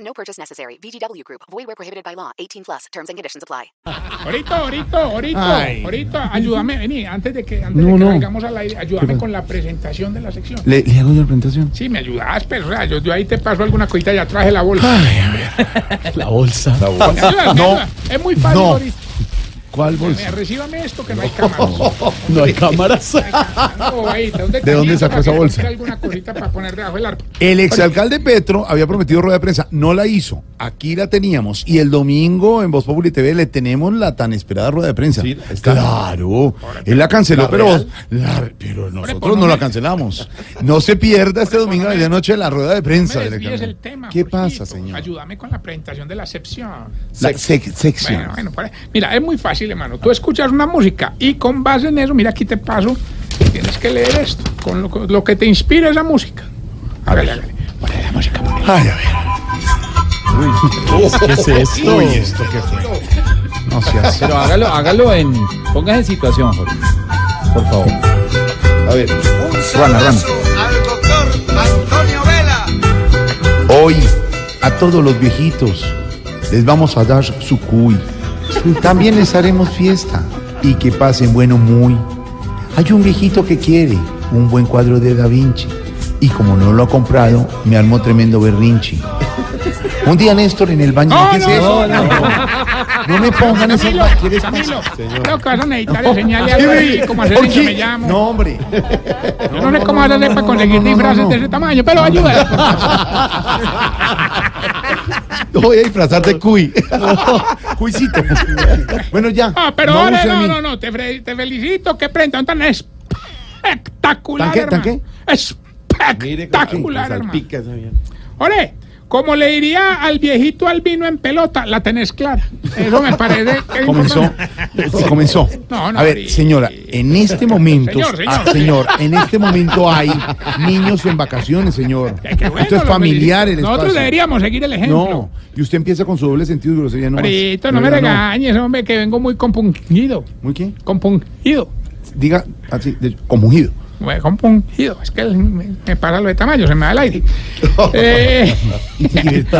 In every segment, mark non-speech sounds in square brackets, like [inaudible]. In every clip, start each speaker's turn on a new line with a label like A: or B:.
A: No purchase necessary. VGW Group. Void where prohibited by law. 18 plus. Terms and conditions apply.
B: Ahorita, ahorita, ahorita,
C: Ay.
B: ahorita, ayúdame, vení, antes de que, antes
C: No,
B: de que
C: no.
B: salgamos al aire, ayúdame
C: Perdón.
B: con la presentación de la sección.
C: ¿Le, le hago yo la presentación?
B: Sí, me ayudas, pero o sea, yo, yo ahí te paso alguna cosita, ya traje la bolsa.
C: [laughs] La bolsa.
B: Me ayudas, me ayudas. Es muy fácil,
C: No.
B: ahorita.
C: ¿Cuál bolsa?
B: Mira, recíbame esto que no hay cámaras.
C: No hay cámaras.
B: No, ahí,
D: ¿De dónde sacó esa bolsa?
B: alguna cosita para poner debajo del arco.
D: El exalcalde Petro había prometido rueda de prensa, no la hizo. Aquí la teníamos y el domingo en Voz Populi TV le tenemos la tan esperada rueda de prensa.
C: Sí, está.
D: Claro, él la canceló, pero vos- la- pero nosotros no la cancelamos. No se pierda este domingo a la medianoche la rueda
B: No
D: de prensa.
B: me
D: del
B: desvíes
D: exalcalde.
B: el tema,
D: ¿Qué
B: Jorgito.
D: pasa, señor?
B: Ayúdame con la presentación de la sección.
D: La sec- sección.
B: Bueno, bueno, por ahí. mira, es muy fácil, hermano. Tú escuchas una música y con base en eso, mira, aquí te paso, tienes que leer esto, con lo, con lo que te inspira esa música. Hágale, hágale. Ponle la música. ponle.
D: Ay, a ver.
C: ¿Qué es esto?
D: Uy, esto qué fue. No se hace.
E: Pero hágalo, hágalo en. Póngase en situación, Jorge. Por favor.
D: A ver.
E: Juana, Juana.
F: al doctor Antonio Vela.
D: Hoy a todos los viejitos les vamos a dar su cuy. También les haremos fiesta y que pasen bueno muy. Hay un viejito que quiere un buen cuadro de Da Vinci y como no lo ha comprado me armó tremendo berrinchi. Un día Néstor en el baño.
B: No,
D: ¿Qué es
B: no,
D: eso?
E: no,
D: No me pongan esa
B: Camilo,
D: ¿qué les pasa?
B: Camilo, creo que vas a necesitar enseñarle algo ahí, como hacer
D: ¿Por
B: niño
D: qué?
B: me llamo.
D: No, hombre.
B: Yo no, sé cómo vas a hacer
D: no,
B: para
D: no,
B: conseguir
D: no, no,
B: disfraces
D: no.
B: de ese tamaño, pero ayuda.
D: Voy a disfrazarte cuy. Cuicito. Bueno, ya.
B: Ah, pero
D: No
B: ahora
D: abuse de
B: no,
D: mí.
B: no, no, te, fe- te felicito, qué presentación tan espectacular.
D: ¿Tan qué,
B: hermano.
D: tan
B: Espectacular, hermano. Ore, como le diría al viejito albino en pelota, la tenés clara. Eso me parece.
D: [laughs]
B: que es
D: Comenzó.
B: importante.
D: Sí, comenzó.
B: No, no,
D: a
B: sí.
D: ver, señora, en este momento,
B: Señor, señor.
D: ah, señor, en este momento hay niños en vacaciones, señor.
B: Qué bueno,
D: Esto es
B: lo
D: familiar
B: felicito.
D: el
B: Nosotros
D: espacio.
B: deberíamos seguir el ejemplo.
D: No, y usted empieza con su doble sentido y grosería no. más.
B: Ahorita,
D: De
B: no me
D: verdad,
B: regañes, hombre, que vengo muy compungido.
D: ¿Muy qué?
B: Compungido.
D: Diga así, de, compungido.
B: Me he compungido. Es que me, me pasa lo de tamaño, se me da el
D: [laughs]
B: aire. Eh,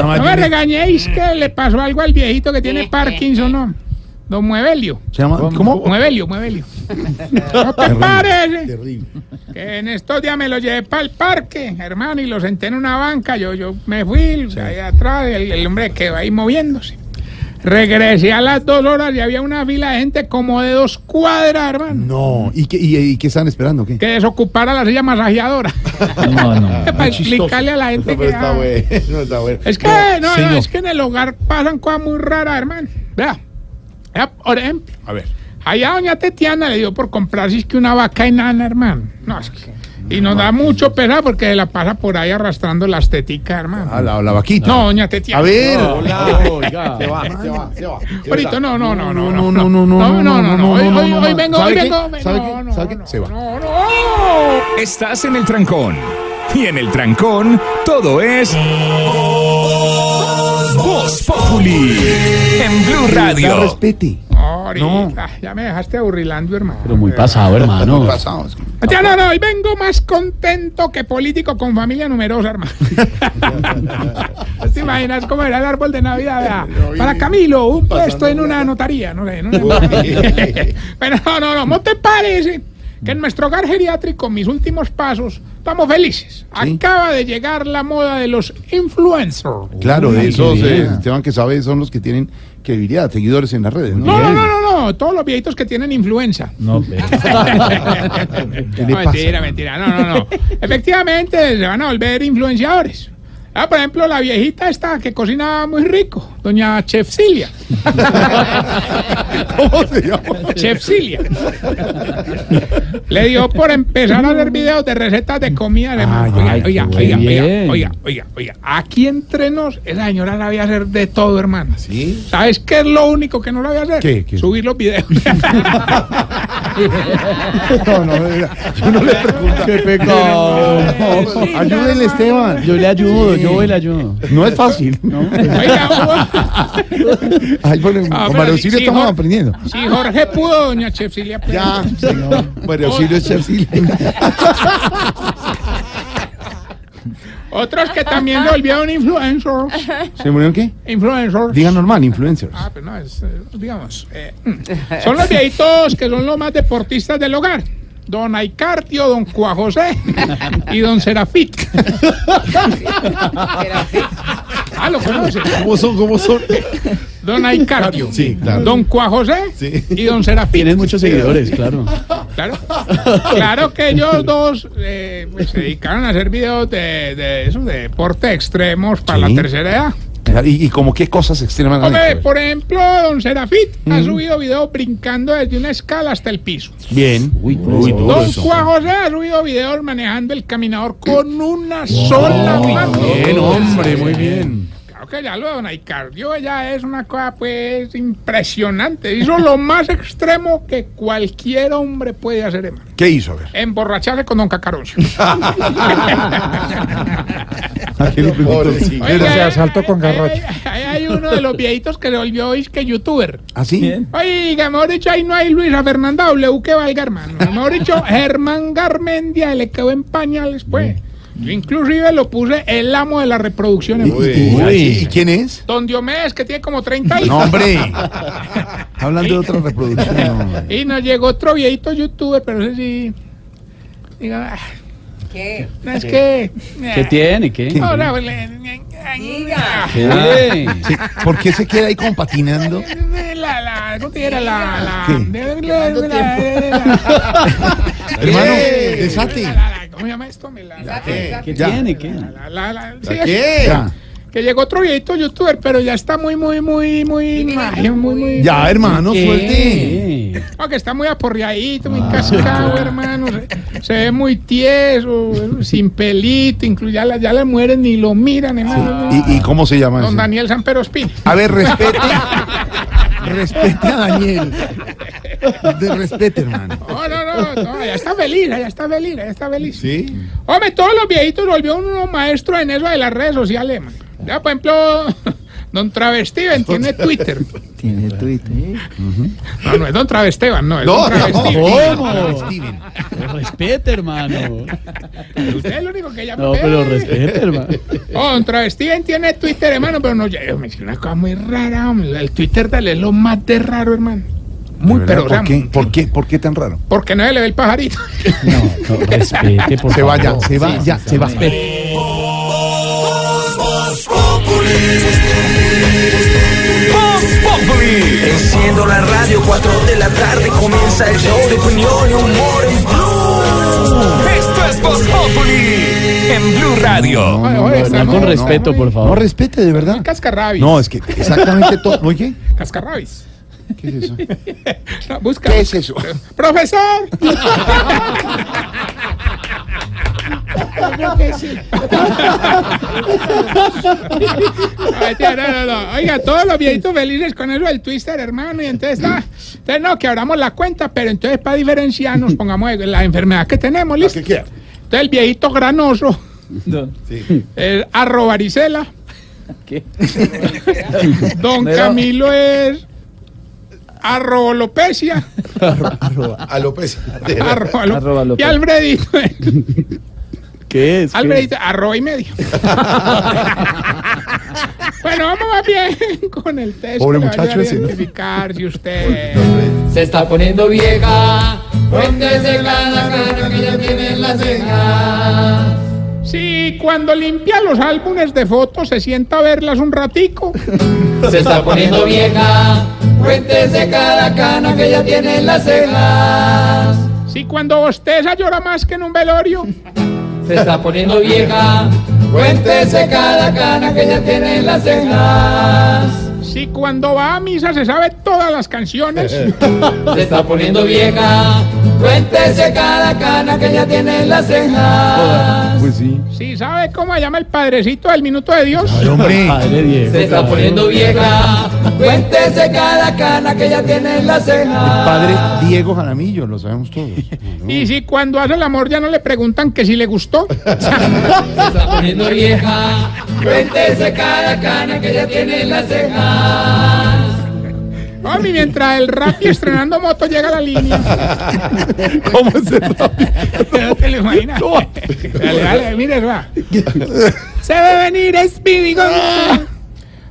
B: no me regañéis que le pasó algo al viejito que tiene Parkinson, ¿no? Don Muevelio.
D: Se llama ¿Cómo?
B: Muevelio, Muevelio. No te
D: Terrible,
B: pares.
D: Terrible.
B: Que en estos días me lo llevé para el parque, hermano, y lo senté en una banca. Yo, yo me fui, o sea, ahí atrás, el, el hombre quedó ahí moviéndose. Regresé a las dos horas y había una fila de gente como de dos cuadras, hermano,
D: No, ¿y qué, y, y qué están esperando? ¿Qué?
B: que desocupara la silla masajeadora.
D: Ah,
E: No, no.
B: [laughs] para explicarle a la gente que. ah,
D: bueno, [laughs] está bueno.
B: es que, no, no, es que en el hogar pasan cosas muy raras, hermano. Vea, vea, por ejemplo.
D: A ver.
B: Allá doña Tetiana le dio por comprarse es que una vaca enana, hermano. No, es que- y nos da mucho pena porque se la pasa por ahí arrastrando las teticas, hermano.
D: A la, a la vaquita.
B: No, doña Tetiana.
D: [laughs] A ver. [laughs]
C: oiga.
B: Ahorita, no, no, no, no,
D: No, no, no, no,
B: No, no, no, no. Hoy,
D: no,
B: hoy,
D: no,
B: hoy
D: no.
B: vengo, hoy
D: ¿Sabe qué?
B: vengo.
D: ¿Sabe
B: no,
D: qué?
B: no,
D: ¿Sabe qué?
B: no,
D: Se va.
B: No, no.
G: Estás en el trancón. Y en el trancón, todo es. Voz Populi. En Blue
D: Ya
G: Radio.
D: respete.
B: Ahorita, ya me dejaste aburrilando, hermano.
C: Pero muy pasado, hermano.
D: Muy pasado, es que-
B: Ya, no, no, hoy vengo más contento que político con familia numerosa, hermano. ¿Te imaginas cómo era el árbol de Navidad? vea? Para Camilo, un puesto en una notaría, no sé, en una [laughs] Pero no, no, no, no te parece que en nuestro hogar geriátrico, mis últimos pasos, estamos felices. Acaba de llegar la moda de los influencers.
D: Claro, de
C: Ay,
D: esos,
C: qué
D: eh,
C: bien.
D: Esteban, que sabe, son los que tienen que virilidad, seguidores en las redes. ¿no?
B: No, no, no, no, no, todos los viejitos que tienen influenza.
C: No, pero-
B: No,
D: le pasa? [laughs]
B: mentira, mentira, no, no, no. Efectivamente, se van a volver influenciadores. Ah, por ejemplo, la viejita esta que cocina muy rico, doña Chefcilia.
D: [laughs] ¿Cómo se llama?
B: Chefcilia. Le dio por empezar a hacer videos de recetas de comida alemana.
C: ay,
B: oiga,
C: qué
B: oiga, oiga,
C: bien.
B: oiga, oiga, oiga. Aquí entre nos, esa señora la voy a hacer de todo, hermano.
D: Sí.
B: ¿Sabes qué es lo único que no la voy a hacer?
D: ¿Qué? ¿Qué?
B: Subir los videos. [laughs]
D: No, no, yo no le pregunto. Qué pecado.
B: Sí,
D: Ayúdenle, Esteban.
C: Yo le ayudo, yo voy y le ayudo.
D: No es fácil. ¿no?
B: Oiga, hubo-
D: Ay, bueno,
B: Ah, pero
D: con Mario
B: sí,
D: Auxilio
B: sí,
D: estamos
B: Jorge.
D: aprendiendo.
B: Si Jorge pudo, doña Chefcilia. pudo.
D: Ya, señor. Mario Auxilio es Chefcilio.
B: Otros que también se volvieron influencers.
D: ¿Se murió qué?
B: Influencers.
D: Diga normal, influencers.
B: Ah, pero no, es, eh, digamos, eh, mm. son los viejitos que son los más deportistas del hogar. Don Aicartio, don Cua José y don Serafit. ah, lo conoce.
D: ¿Cómo son? ¿Cómo son?
B: Don Aicartio,
D: Sí, claro.
B: don Cua José
D: Sí.
B: y don Serafit.
C: Tienes muchos seguidores, claro.
B: Claro, claro que ellos dos eh, pues, se dedicaron a hacer videos de, de esos de deportes extremos para
D: Sí.
B: la tercera edad.
D: ¿Y, y como qué cosas extremas? han
B: Hombre,
D: hecho?
B: por ejemplo, don Serafit
D: Mm.
B: ha subido videos brincando desde una escala hasta el piso.
D: Bien. Uy, uy, duro
B: Don
D: eso.
B: Juan José ha subido videos manejando el caminador con una sola mano.
D: Bien, hombre, muy bien.
B: Claro que ya lo de Don Aicardio ya es una cosa pues impresionante. Hizo lo más extremo que cualquier hombre puede hacer, hermano.
D: ¿Qué hizo? A ver.
B: Emborracharse con Don
D: [laughs]
B: Cacaroncio.
D: ¿A qué le preguntó?
B: Oiga,
D: Pero-
B: eh, ahí- Ahí ahí hay uno de los viejitos que se volvió es que youtuber.
D: ¿Ah, sí?
B: Oiga, mejor dicho, ahí no hay Luisa Fernanda W que valga, hermano. Mejor dicho, Germán Garmendia le quedó en pañales, pues. Yo inclusive lo puse el amo de la reproducción. hermano.
D: Uy, ¿Y quién es?
B: Don Diomedes, que tiene como 30 hijos.
D: [laughs] No, hombre. Hablando de otra reproducción. no.
B: Y nos llegó otro viejito youtuber, pero ese sí... Diga, ah,
H: ¿Qué?
B: no, es que...
C: ¿Qué tiene? ¿Qué? Ah,
B: Ahora, pues, le-
H: Diga.
C: ¿Qué?
D: Sí, ¿Por qué se queda ahí como patinando?
B: La, la, ¿cómo te era? La, la,
D: ¿Qué?
B: de- la- la-
D: Hermano, desate.
B: la- la- ¿Cómo se llama esto? Me la- la-
C: ¿Qué
D: Ya.
C: tiene? ¿Qué?
B: la- la- la- sí,
D: Ya,
B: Que llegó otro viejito youtuber, pero ya está muy, muy, muy, muy, muy, muy, muy.
D: ya hermano, suelte.
C: ¿Qué?
B: No, que está muy aporreadito, muy [laughs] cascado, hermano. Se, se ve muy tieso, [laughs] sin pelito, incluso ya, la- ya le mueren ni lo miran, hermano.
D: ¿Y, y cómo se llama
B: Don
D: ese?
B: Daniel Sampero Spin.
D: A ver, respete. respete a Daniel. De respete, hermano.
B: No, no, no, no, ya está feliz, ya está feliz, ya está feliz.
D: ¿Sí?
B: Hombre, todos los viejitos volvió uno maestro en eso de las redes sociales, man. Ya, por ejemplo, [laughs] Don Travestiven [laughs] tiene Twitter. Tiene Twitter. No, no es Don Travesteban, no, es Don Travestiven.
C: ¿Cómo? Respete, hermano.
B: Usted es el único que ya
C: No, pero respete, hermano.
B: Oh, Don Travestiven tiene Twitter, hermano, pero no, yo me hice una cosa muy rara, hombre. El Twitter de él es lo más de raro, hermano. Muy, pero, o sea,
D: ¿Por qué? ¿Por qué? ¿Por qué tan raro?
B: porque no se le ve el pajarito. [laughs]
C: No, no, respete, por
D: Se
C: favor.
D: vaya, se va, ya, se va.
F: Enciendo la radio, 4 de la tarde comienza el show de opinión y humor en Blue.
G: Esto es Voz Populi en Blue Radio.
B: Oye, oye,
C: Hablar
B: estamos-
C: con respeto, por
D: No,
C: favor.
D: respete, de verdad.
B: Cascarrabis.
D: No, es que exactamente todo. Oye,
B: Cascarrabis.
D: ¿qué es eso?
B: No, busca.
D: ¿Qué es eso?
B: ¡Profesor! Ay, tía, no, no, no. Oiga, todos los viejitos felices con eso del Twister, hermano. Y entonces, ah, entonces no, que abramos la cuenta, pero entonces para diferenciarnos, pongamos la enfermedad que tenemos, ¿listo?
D: quiera.
B: Entonces el viejito granoso, es arrobaricela.
E: ¿Qué?
B: Don
E: Pero-
B: Camilo es arrobolopecia.
D: A López.
B: [laughs] Arroba,
E: Arroba
B: y
E: López.
B: Alfredito.
C: [laughs] ¿Qué es? ¿Qué
B: Alfredito, arroba y
C: [laughs]
B: medio. bueno, vamos más bien con el test.
D: Pobre
B: que le va a
D: muchacho
B: ayudar a
D: ese, ¿no?
B: identificar si usted.
I: Se está poniendo vieja, cuéntese cada cara que ya tiene en la ceja.
B: Si cuando limpia los álbumes de fotos se sienta a verlas un ratico.
I: Se está poniendo vieja, cuéntese cada cana que ya tiene en las cejas. [laughs]
B: Si cuando bosteza llora más que en un velorio.
I: Se está poniendo vieja, Cuéntese cada cana que ya tiene en las cejas.
B: Si cuando va a misa se sabe todas las
I: [laughs]
B: canciones.
I: Se está poniendo vieja. Cuéntese cada cana que ya tiene en las cejas.
C: Pues sí.
B: Si sabe cómo llama el padrecito del minuto de Dios.
D: hombre.
C: Padre Diego.
I: Se está
C: padre.
I: poniendo vieja. Cuéntese cada cana que ya tiene en las cejas.
D: Padre Diego Jaramillo, lo sabemos todos.
B: Y si cuando hace el amor ya no le preguntan que si le gustó. [laughs]
I: Se está poniendo vieja. Cuéntese cada cana que ya tiene en las cejas.
B: Mami, mientras el Rappi estrenando moto llega a la línea.
C: ¿Cómo se rápido?
B: ¿Te lo imaginas? Dale, dale, mire, va. Se ve venir, es vivo.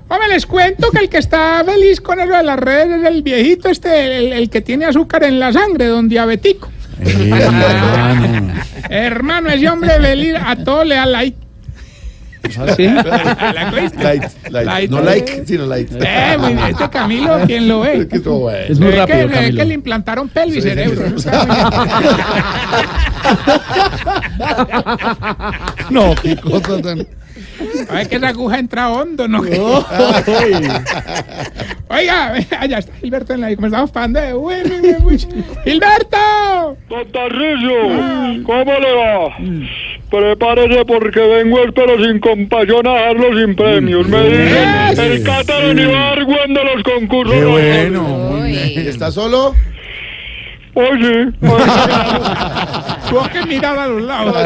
B: Hombre, les cuento que el que está feliz con eso de las redes es el viejito este, el, el que tiene azúcar en la sangre, don diabético.
D: Eh, hermano.
B: Hermano, ese hombre feliz a todo le da like.
C: Ah,
B: ¿La cuesta?
J: Like, like.
B: Like.
J: No like, sino like.
B: Eh, muy
J: [laughs]
B: bien, este Camilo, ¿quién lo ve?
J: Que estuvo bueno.
C: Es muy
B: Se ve que-
C: rápido,
B: se ve que,
C: Camilo.
B: le implantaron pelo y
J: Sí, sí,
B: cerebro.
J: sí. [laughs]
C: No.
J: [laughs] Qué cosa tan.
B: A ver que esa aguja entra hondo, ¿no? [laughs] Oiga, [laughs] allá está Gilberto en la... Como estamos pagando de Uber, mire, mucho. ¡Gilberto!
K: Don Tarcisio, ¿cómo le va? Prepárese porque vengo, espero sin compasión a darlo sin premios. Me dicen
B: Eso.
K: el Cátaro Nibargüen de los concursos.
D: Qué
K: locales.
D: bueno. muy bien.
J: ¿Está solo?
K: Hoy sí. hoy sí.
B: Tuvo que mirar a los lados.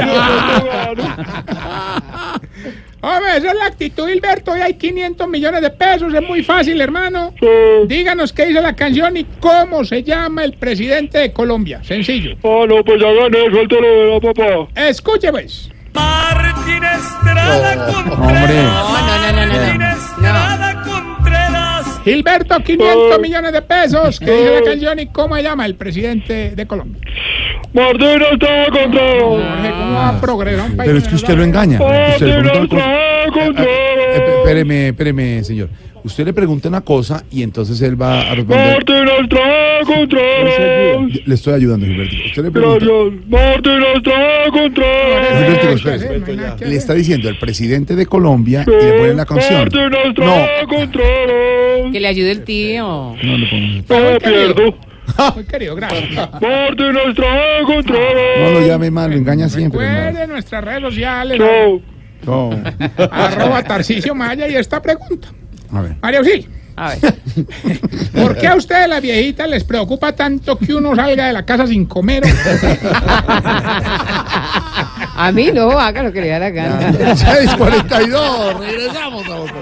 B: Hombre, esa es la actitud, Gilberto. Hoy hay 500 millones de pesos. Es muy fácil, hermano.
K: Sí.
B: Díganos qué dice la canción y cómo se llama el presidente de Colombia. Sencillo.
K: Ah, no, pues ya gané, suéltalo de la papá.
B: Escuche, pues.
F: Martín Estrada
C: Hombre.
H: No, no, no, no, no.
F: Estrada Contreras.
B: Gilberto, 500
K: Oh.
B: millones de pesos. ¿Qué dice
K: Oh.
B: la canción y cómo se llama el presidente de Colombia?
K: Martín Estrada Contreras.
B: Jorge, ¿cómo va a progresar un país?
D: Pero es que usted lo engaña. Usted le
K: Martín
D: pregunta una cosa-
K: Estrada
D: Eh,
K: Contreras.
D: Espéreme, espéreme, señor. Usted le pregunta una cosa y entonces él va a responder.
K: Martín Estrada Contreras.
D: Le estoy ayudando, Gilberto. Usted le pregunta.
K: Gracias. Martín Estrada Contreras.
D: Gilberto,
B: Eh,
D: espérese.
B: espérese, no hay nada que
D: Le
B: hacer.
D: está diciendo el presidente de Colombia y le ponen la canción.
K: Martín
D: No,
K: Estrada Contreras.
H: Que le ayude el tío.
C: No le pongo.
K: No pierdo.
B: [laughs] Muy querido, gracias.
K: Martín Estrada Contreras.
D: no lo llame mal, lo engaña siempre. hermano.
B: Recuerde nuestras redes sociales.
K: Chao.
D: No.
B: Arroba Tarcisio Maya y esta pregunta.
D: A ver.
B: María Auxilio,
H: A ver.
B: [laughs] ¿por qué a ustedes las viejitas les preocupa tanto que uno salga de la casa sin comer?
H: A mí no, haga lo que le da la gana.
D: 642, regresamos a vos.